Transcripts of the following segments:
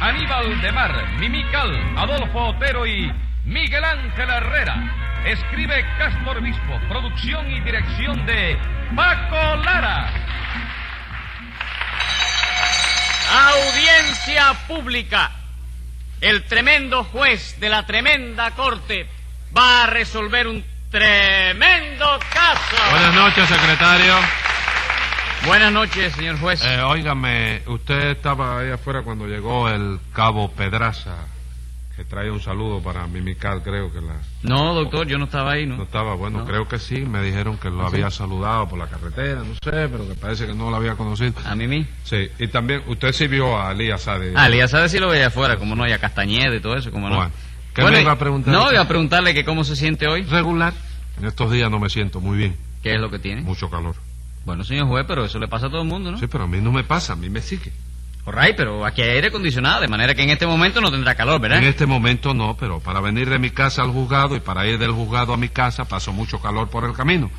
Aníbal de Mar, Mimical, Adolfo Otero y Miguel Ángel Herrera. Escribe Castro Bispo, producción y dirección de Paco Lara. Audiencia pública. El tremendo juez de la tremenda corte va a resolver un tremendo caso. Buenas noches, secretario. Buenas noches, señor juez. Eh, óigame, usted estaba ahí afuera cuando llegó el cabo Pedraza, que trae un saludo para Mimical, creo que la... No, doctor, yo no estaba ahí, No ¿no? estaba, bueno, No. creo que sí, me dijeron que lo había saludado por la carretera, no sé, pero que parece que no lo había conocido. Ah. A mí mismo. Sí, y también, usted sí vio a Lía Sade. Ah, ya sabes si lo veía afuera, como no, y a Castañeda y todo eso, como no. Bueno, ¿qué me iba a preguntar? No, iba a preguntarle que cómo se siente hoy. Regular. En estos días no me siento muy bien, ¿Qué es lo que tiene? mucho calor. Bueno, señor juez, pero eso le pasa a todo el mundo, ¿no? Sí, pero a mí no me pasa, a mí me sigue. Alright, pero aquí hay aire acondicionado, de manera que en este momento no tendrá calor, ¿verdad? En este momento no, pero para venir de mi casa al juzgado y para ir del juzgado a mi casa paso mucho calor por el camino.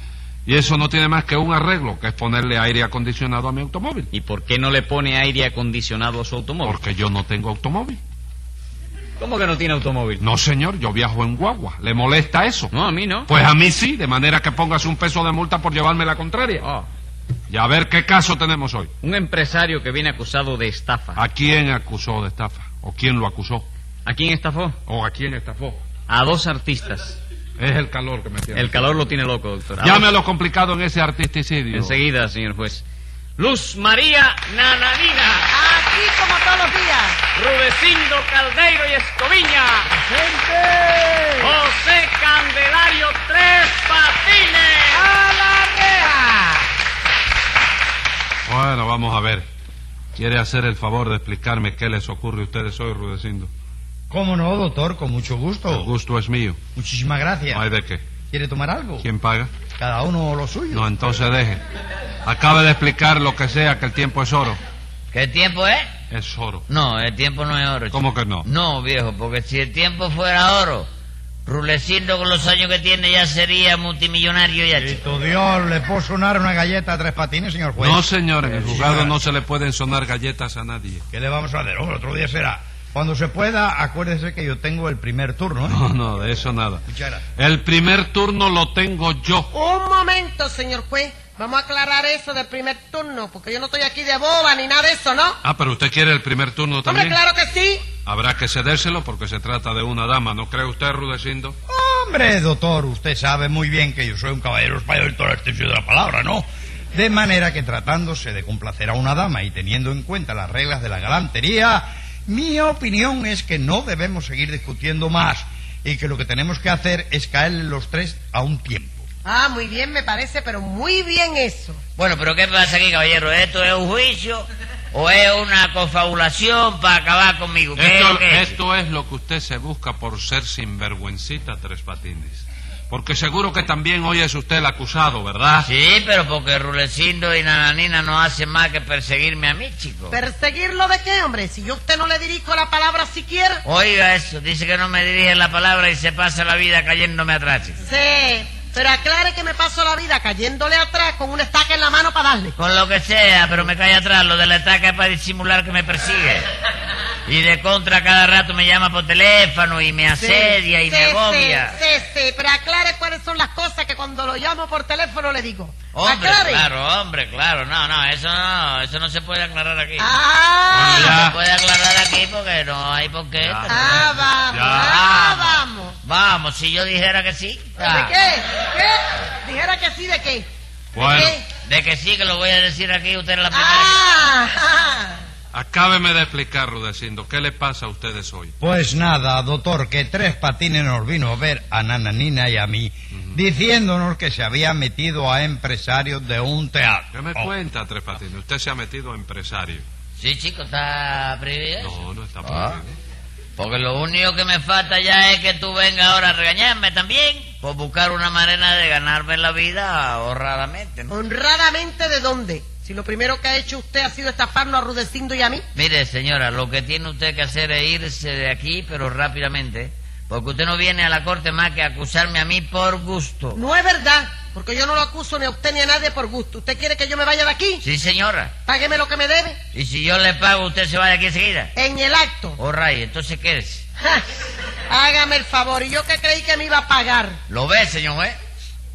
Y eso no tiene más que un arreglo, que es ponerle aire acondicionado a mi automóvil. ¿Y por qué no le pone aire acondicionado a su automóvil? Porque yo no tengo automóvil. ¿Cómo que no tiene automóvil? No, señor, yo viajo en guagua. ¿Le molesta eso? No, a mí no. Pues a mí sí, de manera que pongas un peso de multa por llevarme la contraria. Oh, Y a ver qué caso tenemos hoy. un empresario que viene acusado de estafa. ¿A quién acusó de estafa? ¿O quién lo acusó? ¿A quién estafó? ¿O a quién estafó? A dos artistas. Es el calor que me tiene. El calor lo tiene loco, doctor. A Llame dos- a lo complicado en ese artisticidio. Enseguida, señor juez. Luz María Nananina, Aquí como todos los días. Rudecindo Caldeiro y Escoviña, José Candelario Tres Patines. ¡A la reja! Bueno, vamos a ver. ¿Quiere hacer el favor de explicarme qué les ocurre a ustedes hoy, Rudecindo? ¿Cómo no, doctor? Con mucho Oh. El gusto. gusto es mío. Muchísimas gracias. No hay de qué. ¿Quiere tomar algo? ¿Quién paga? Cada uno lo suyo. No, entonces deje. Acabe de explicar lo que sea, que el tiempo es oro. ¿Qué tiempo es? Es oro. No, el tiempo no es oro. chico. ¿Cómo que no? No, viejo, porque si el tiempo fuera oro, Rulecindo con los años que tiene ya sería multimillonario ya, chico. Cristo Dios, ¿le puedo sonar una galleta a tres patines, señor juez? No, señor, en el juzgado no se le pueden sonar galletas a nadie. ¿Qué le vamos a hacer? Hombre, otro día será. Cuando se pueda, acuérdese que yo tengo el primer turno, ¿eh? No, no, de eso nada. Muchas gracias. El primer turno lo tengo yo. Un momento, señor juez. Vamos a aclarar eso del primer turno, porque yo no estoy aquí de boba ni nada de eso, ¿no? Ah, pero usted quiere el primer turno Hombre, también. claro que sí. Habrá que cedérselo porque se trata de una dama, ¿no cree usted, Rudecindo? Hombre, doctor, usted sabe muy bien que yo soy un caballero español en todo el extensión de la palabra, ¿no? De manera que tratándose de complacer a una dama y teniendo en cuenta las reglas de la galantería, mi opinión es que no debemos seguir discutiendo más y que lo que tenemos que hacer es caerle los tres a un tiempo. Ah, muy bien, me parece, pero muy bien eso. Bueno, pero ¿qué pasa aquí, caballero? ¿Esto es un juicio o es una confabulación para acabar conmigo? ¿Qué es lo Esto, que es? esto es lo que usted se busca por ser sinvergüencita, Tres Patines. Porque seguro que también hoy es usted el acusado, ¿verdad? Sí, pero porque Rulecindo y Nananina no hacen más que perseguirme a mí, chico. ¿Perseguirlo de qué, hombre? Si yo a usted no le dirijo la palabra siquiera. Oiga eso, dice que no me dirige la palabra y se pasa la vida cayéndome atrás, chico. Sí, pero aclare que me paso la vida cayéndole atrás con una estaca en la mano para darle. Con lo que sea, pero me cae atrás. Lo de la estaca es para disimular que me persigue. Y de contra cada rato me llama por teléfono y me Sí, asedia y sí, me agobia. Sí, sí, sí, pero aclare cuáles son las cosas que cuando lo llamo por teléfono le digo. Hombre, aclare. claro, hombre, claro. No, no, eso no, eso no se puede aclarar aquí. Ah, No Ya. se puede aclarar aquí porque no hay por qué. ah, vamos, ah, vamos. Vamos, si yo dijera que sí. ¿De Ah, qué? ¿Qué? Dijera que sí, ¿de qué? Bueno, ¿De qué? De que sí, que lo voy a decir aquí, usted es la primera. Ah, ah. acábeme de explicar, Rudecindo, ¿qué le pasa a ustedes hoy? Pues nada, doctor, que tres patines nos vino a ver a Nananina y a mí, diciéndonos que se había metido a empresarios de un teatro. ¿Qué me Oh, cuenta, Tres Patines? Usted se ha metido a empresario. que- Sí, chico, está prohibido. No, no está ¿eh? Ah. prohibido. Porque lo único que me falta ya es que tú vengas ahora a regañarme también por buscar una manera de ganarme la vida honradamente, ¿no? ¿Honradamente de dónde? Si lo primero que ha hecho usted ha sido estafarnos a Rudecindo y a mí. Mire, señora, lo que tiene usted que hacer es irse de aquí, pero rápidamente, Porque usted no viene a la corte más que a acusarme a mí por gusto. No es verdad, porque yo no lo acuso ni a usted ni a nadie por gusto. ¿Usted quiere que yo me vaya de aquí? Sí, señora. Págueme lo que me debe Y si yo le pago, usted se va de aquí enseguida. en el acto. Oh, ray, entonces quédese. Ja, Hágame el favor, y yo que creí que me iba a pagar. ¿Lo ve, señor juez?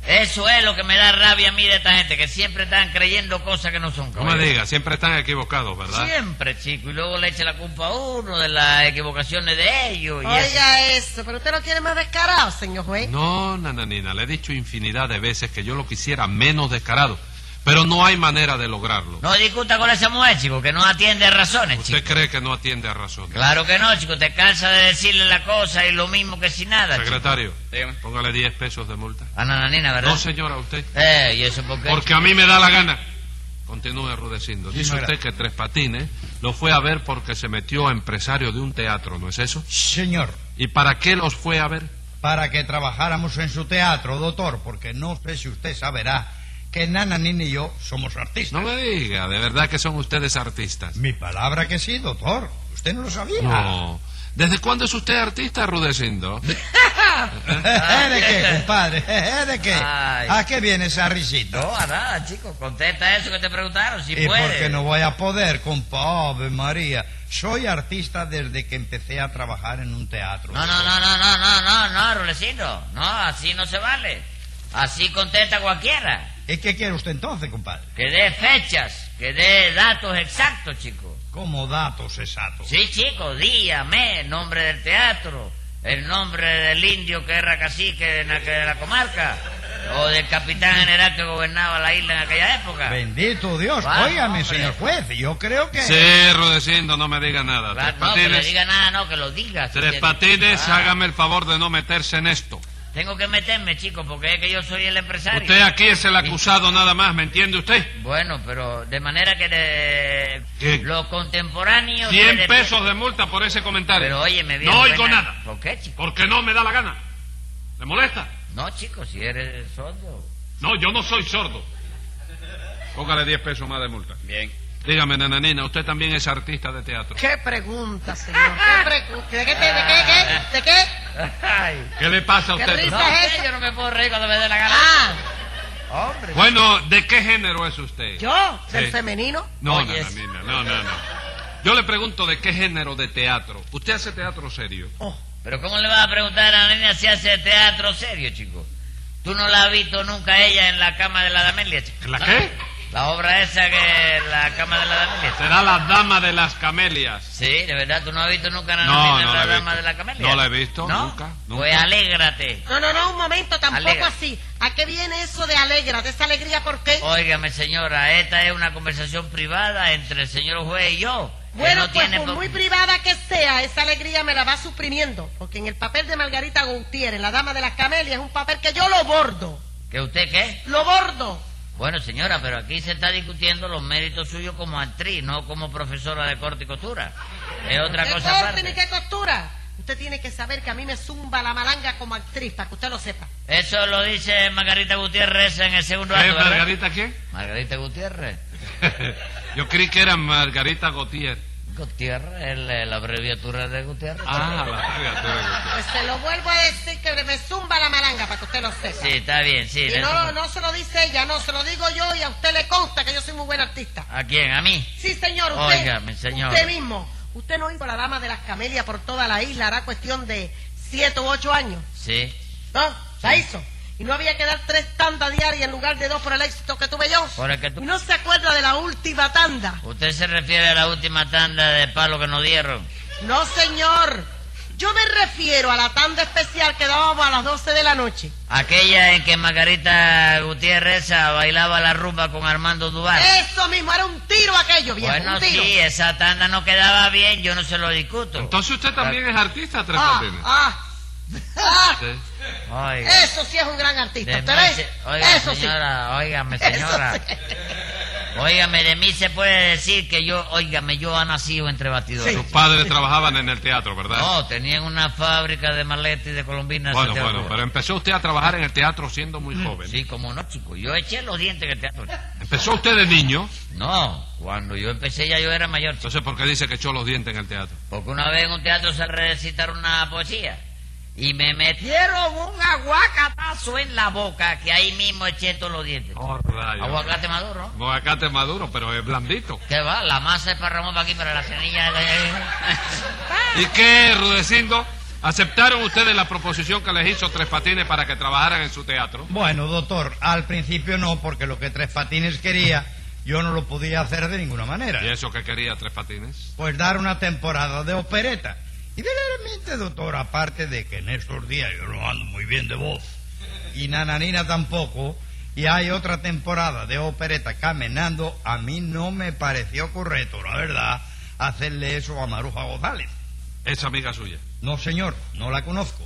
Eso es lo que me da rabia a mí de esta gente, que siempre están creyendo cosas que no son. No me caballero. diga, siempre están equivocados, ¿verdad? Siempre, chico, y luego le echa la culpa a uno de las equivocaciones de ellos. Y eso. Oiga eso, pero usted no quiere más descarado, señor juez. No, nananina, le he dicho infinidad de veces que yo lo quisiera menos descarado, pero no hay manera de lograrlo. No discuta con esa mujer, chico, que no atiende razones, ¿Usted chico. cree que no atiende a razón? Claro que no, chico, te cansa de decirle la cosa y lo mismo que si nada. chico. Secretario, Dígame. póngale 10 pesos de multa. A Nananina, ¿verdad? No, señora, usted. Eh, ¿y eso por qué? Porque a mí me da la gana. Continúe rudeciendo. Sí, Dice señora. usted que Tres Patines lo fue a ver porque se metió a empresario de un teatro, ¿no es eso? Señor, ¿Y para qué los fue a ver? para que trabajáramos en su teatro, doctor, porque no sé si usted saberá que Nana Nini y yo somos artistas. No me diga, de verdad que son ustedes artistas. Mi palabra que sí, doctor. Usted no lo sabía. No. ¿Desde cuándo es usted artista, Rudecindo? ¿Eh, ¿De qué, compadre? ¿Eh, ¿De qué? Ay. ¿A qué viene esa risita? No, Oh, a nada, chico, contesta eso que te preguntaron, si ¿Y por puedes. qué no voy a poder, compadre María? Soy artista desde que empecé a trabajar en un teatro. No, no, no, no, no, no, no, no, Rulecito. No, así no se vale. Así contesta cualquiera. ¿Y qué quiere usted entonces, compadre? Que dé fechas, que dé datos exactos, chico. Como datos exactos. Sí, chico, día, mes, nombre del teatro, el nombre del indio que era cacique en aqu- de la comarca, o del capitán general que gobernaba la isla en aquella época. Bendito Dios. Ah, Óigame, hombre. señor juez, yo creo que... Sí, Rudecindo, no me diga nada. Claro, Tres Ah, no, que le Patines, diga nada, no, que lo diga. Tres Sí, Patines, ah, hágame el favor de no meterse en esto. Tengo que meterme, chico, porque es que yo soy el empresario. Usted aquí es el acusado nada más, ¿me entiende usted? Bueno, pero de manera que de- ¿Qué? los contemporáneos... se 100 le- pesos de multa por ese comentario. Pero óyeme bien. No oigo Rubén, nada. ¿Por qué, chico? Porque no me da la gana. ¿Le molesta? No, chico, si eres sordo. No, yo no soy sordo. Póngale 10 pesos más de multa. Bien. Dígame, nananina, usted también es artista de teatro. ¿Qué pregunta, señor? ¿Qué pregunta? ¿De qué? te- ¿De qué? qué? ¿De qué? Ay, ¿Qué le pasa a Qué usted? risa. no, ¿Esa es sé, esa? yo no me puedo reír cuando me dé la gana. Ah, Hombre. Bueno, ¿de qué género es usted? ¿yo? ¿Del Sí. femenino? No, Oye, nananina, no, no, no. Yo le pregunto de qué género de teatro. Usted hace teatro serio. Pero ¿cómo le vas a preguntar a la niña si hace teatro serio, chico? ¿Tú no la has visto nunca a ella en la cama de la Damelia, chico? ¿La qué? La obra esa que la cama de la Damelia. chico. Será la dama de las camelias. Sí, de verdad, tú no has visto nunca a la No, niña no en la la he dama visto. de la Camelia. No la he visto, nunca, nunca. Pues alégrate. No, no, no, un momento, tampoco Alegra. así. ¿A qué viene eso de alegra? ¿De esa alegría por qué? Óigame, señora, esta es una conversación privada entre el señor juez y yo. que Bueno, no pues tiene por por- muy privada que sea, esa alegría me la va suprimiendo. Porque en el papel de Margarita Gautier, en La Dama de las Camelias, es un papel que yo lo bordo. ¿Que usted qué? Lo bordo. Bueno, señora, pero aquí se está discutiendo los méritos suyos como actriz, no como profesora de corte y costura. Es otra ¿Qué cosa corte ni aparte. qué costura? Usted tiene que saber que a mí me zumba la malanga como actriz, para que usted lo sepa. Eso lo dice Margarita Gutiérrez en el segundo ¿Es acto, ¿verdad? Eh, Margarita quién? Margarita Gutiérrez. Yo creí que era Margarita Gautier. Gutiérrez, el, eh, la abreviatura de Gutiérrez. Ah, la Margarita Gautier. Pues se lo vuelvo a decir que me zumba la malanga, para que usted lo sepa. Sí, está bien, sí. Y le- no, no se lo dice ella, no, se lo digo yo y a usted le consta que yo soy muy buen artista. ¿A quién? ¿A mí? Sí, señor, usted. Óigame, señor. Usted mismo. Usted no hizo la dama de las camelias por toda la isla, hará cuestión de siete u ocho años. Sí. ¿No? La hizo. Y no había que dar tres tandas diarias en lugar de dos por el éxito que tuve yo. Por el que tú- Y no se acuerda de la última tanda. ¿Usted se refiere a la última tanda de palo que nos dieron? No, señor. Yo me refiero a la tanda especial que dábamos a las 12 de la noche. Aquella en que Margarita Gutiérrez esa bailaba la rumba con Armando Duval. Eso mismo, era un tiro aquello, viejo, bueno, Eh, un tiro. sí, esa tanda no quedaba bien, yo no se lo discuto. Entonces usted también es artista, Tres Ah, Patines. ah, ah, Sí. Oiga, eso sí es un gran artista, de ¿usted mí ve? se- oiga, eso sí. señora, óigame, Eso señora. sí. Óigame, de mí se puede decir que yo, óigame, yo ha nacido entre batidores. Sus padres trabajaban en el teatro, ¿verdad? No, tenían una fábrica de maletes y de colombinas. bueno, en bueno, Teodoro. pero empezó usted a trabajar en el teatro siendo muy joven. Mm, Sí, como no, chico. Yo eché los dientes en el teatro. Empezó usted de niño, No, cuando yo empecé ya yo era mayor, chico. entonces ¿por qué dice que echó los dientes en el teatro? Porque una vez en un teatro se recitaron una poesía. Y me metieron un aguacatazo en la boca que ahí mismo eché todos los dientes. Oh, rayos. Aguacate maduro. Aguacate maduro, pero es blandito. ¿Qué va? La masa es para Ramón para aquí, para la semilla. ¿Y qué, Rudecindo? ¿Aceptaron ustedes la proposición que les hizo Tres Patines para que trabajaran en su teatro? Bueno, doctor, al principio no, porque lo que Tres Patines quería, yo no lo podía hacer de ninguna manera. ¿Y eso que quería Tres Patines? Pues dar una temporada de opereta. Y verdaderamente, doctor, aparte de que en estos días yo no ando muy bien de voz, y Nananina tampoco, y hay otra temporada de opereta caminando, a mí no me pareció correcto, la verdad, hacerle eso a Maruja González. Es amiga suya. No, señor, no la conozco,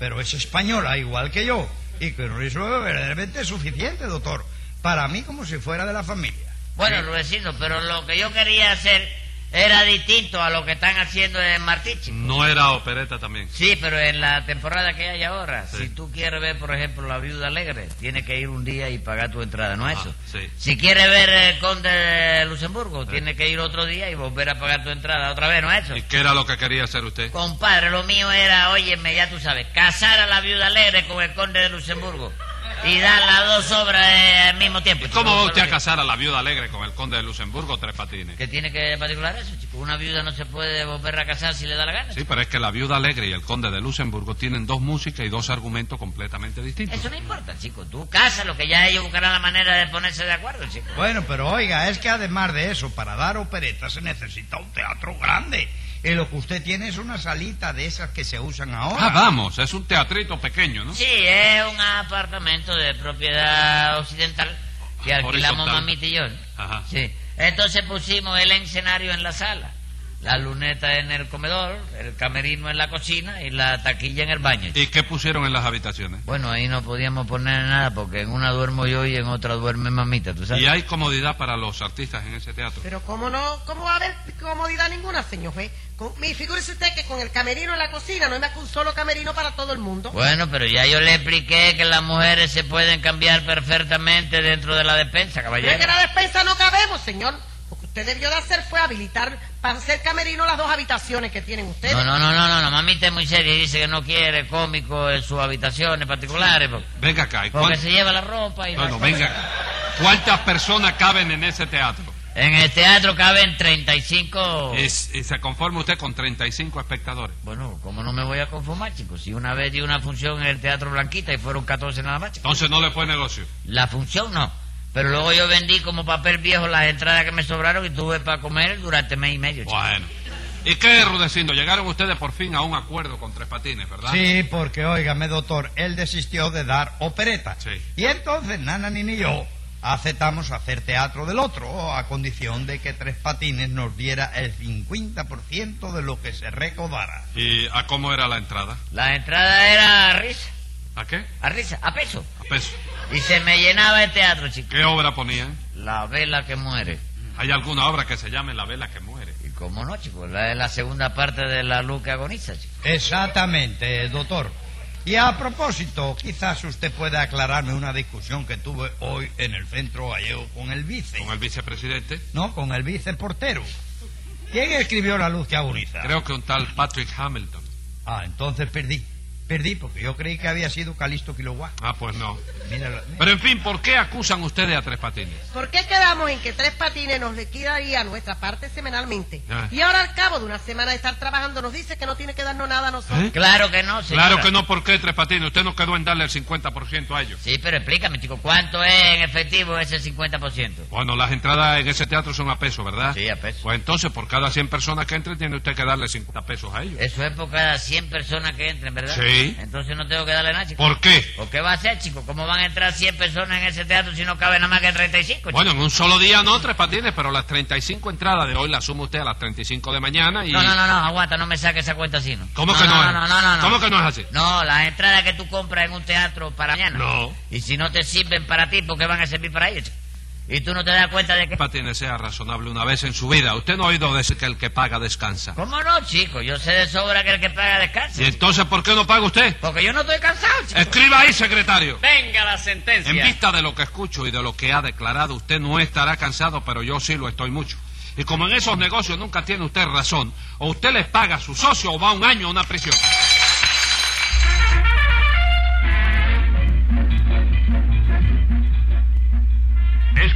pero es española igual que yo, y que eso es verdaderamente suficiente, doctor, para mí como si fuera de la familia. Bueno, Rudecindo, pero lo que yo quería hacer era distinto a lo que están haciendo en Martichi. No era opereta también. Sí, pero en la temporada que hay ahora, si tú quieres ver, por ejemplo, La Viuda Alegre, tienes que ir un día y pagar tu entrada, ¿no es Ah, eso? sí. Si quieres ver el Conde de Luxemburgo, tienes que ir otro día y volver a pagar tu entrada otra vez, ¿no es eso? ¿Y qué era lo que quería hacer usted? Compadre, lo mío era, óyeme, ya tú sabes, casar a la viuda alegre con el conde de Luxemburgo y dar las dos obras eh, al mismo tiempo. ¿Y chico. cómo va usted a Solo casar a la viuda alegre con el conde de Luxemburgo, Tres Patines? que- Que tiene que particular eso, chico. Una viuda no se puede volver a casar si le da la gana. Sí, chico. pero es que la viuda alegre y el conde de Luxemburgo tienen dos músicas y dos argumentos completamente distintos. Eso no importa, chico. Tú casas lo que ya ellos buscarán la manera de ponerse de acuerdo, chico. Bueno, pero oiga, es que además de eso, para dar opereta se necesita un teatro grande. Y lo que usted tiene es una salita de esas que se usan ahora. Ah, vamos, es un teatrito pequeño, ¿no? Sí, es un apartamento de propiedad occidental que alquilamos Horizontal. mamita y yo. ¿no? Ajá. Sí. Entonces pusimos el escenario en la sala, la luneta en el comedor, el camerino en la cocina y la taquilla en el baño. ¿Y qué pusieron en las habitaciones? Bueno, ahí no podíamos poner nada porque en una duermo yo y en otra duerme mamita, ¿tú sabes? ¿Y hay comodidad para los artistas en ese teatro? Pero cómo no, cómo va a haber comodidad ninguna, señor juez. Con- mi- figúrese usted que con el camerino en la cocina no hay más que un solo camerino para todo el mundo. Bueno, pero ya yo le expliqué que las mujeres se pueden cambiar perfectamente dentro de la despensa, Pero es que caballero. en la despensa no cabemos, señor. Lo que usted debió de hacer fue habilitar para hacer camerino las dos habitaciones que tienen ustedes. No, no, no, no, no, no, mamita es muy seria y dice que no quiere cómicos en sus habitaciones particulares. porque- Venga acá, ¿y Porque cuán- se lleva la ropa y... Bueno, venga acá. ¿Cuántas personas caben en ese teatro? En el teatro caben 35... Y, s- y se conforma usted con 35 espectadores. Bueno, ¿cómo no me voy a conformar, chicos? Si una vez di una función en el Teatro Blanquita y fueron 14 nada más, chicos. Entonces no le fue negocio. La función no. Pero luego yo vendí como papel viejo las entradas que me sobraron y tuve para comer durante mes y medio, chicos. Bueno. ¿Y qué, Rudecindo? Llegaron ustedes por fin a un acuerdo con Tres Patines, ¿verdad? Sí, porque, óigame, doctor, él desistió de dar opereta. Sí. Y entonces Nana Nini y yo aceptamos hacer teatro del otro, a condición de que Tres Patines nos diera el 50% de lo que se recaudara. ¿Y a cómo era la entrada? La entrada era a risa, ¿A qué? a risa, a peso. A peso. Y se me llenaba el teatro, chicos. ¿Qué obra ponían? La vela que muere. ¿Hay alguna obra que se llame La vela que muere? Y cómo no, chicos, la es la segunda parte de la luz que agoniza, chicos. Exactamente, doctor. Y a propósito, quizás usted pueda aclararme una discusión que tuve hoy en el centro gallego con el vice. Con el vicepresidente. No, con el viceportero. ¿Quién escribió La Luz que agoniza? Creo que un tal Patrick Hamilton. Ah, entonces perdí. Perdí porque yo creí que había sido Calisto Quiloguá. Ah, pues no. Mira, la- Pero en fin, ¿por qué acusan ustedes a Tres Patines? ¿Por qué quedamos en que Tres Patines nos liquidaría nuestra parte semanalmente? Ah. Y ahora al cabo de una semana de estar trabajando nos dice que no tiene que darnos nada a nosotros. ¿Eh? Claro que no, señora. Claro que no, ¿por qué Tres Patines? Usted no quedó en darle el 50% a ellos. Sí, pero explícame, chicos, ¿cuánto es en efectivo ese 50%? Bueno, las entradas en ese teatro son a peso, ¿verdad? Sí, a peso. Pues entonces, por cada 100 personas que entren, tiene usted que darle 50 pesos a ellos. Eso es por cada 100 personas que entren, ¿verdad? Sí. Entonces no tengo que darle nada, chicos. ¿Por qué? ¿O qué va a hacer, chicos? ¿Cómo van a entrar 100 personas en ese teatro si no cabe nada más que 35, chicos? Bueno, en un solo día no, Tres Patines, pero las 35 entradas de hoy las suma usted a las 35 de mañana y... No, no, no, no, aguanta, no me saques esa cuenta así, ¿no? ¿Cómo No, que no no, es? no, no, no, no. ¿Cómo que no es así? No, las entradas que tú compras en un teatro para mañana. No. Y si no te sirven para ti, ¿por qué van a servir para ellos? Y tú no te das cuenta de que... Tres Patines sea razonable una vez en su vida. Usted no ha oído decir que el que paga descansa. ¿Cómo no, chicos? Yo sé de sobra que el que paga ¿Y descansa. entonces por qué no paga usted? Porque yo no estoy cansado, chicos. Escriba ahí, secretario. Venga la sentencia. En vista de lo que escucho y de lo que ha declarado, usted no estará cansado, pero yo sí lo estoy mucho. Y como en esos negocios nunca tiene usted razón, o usted les paga a su socio o va un año a una prisión.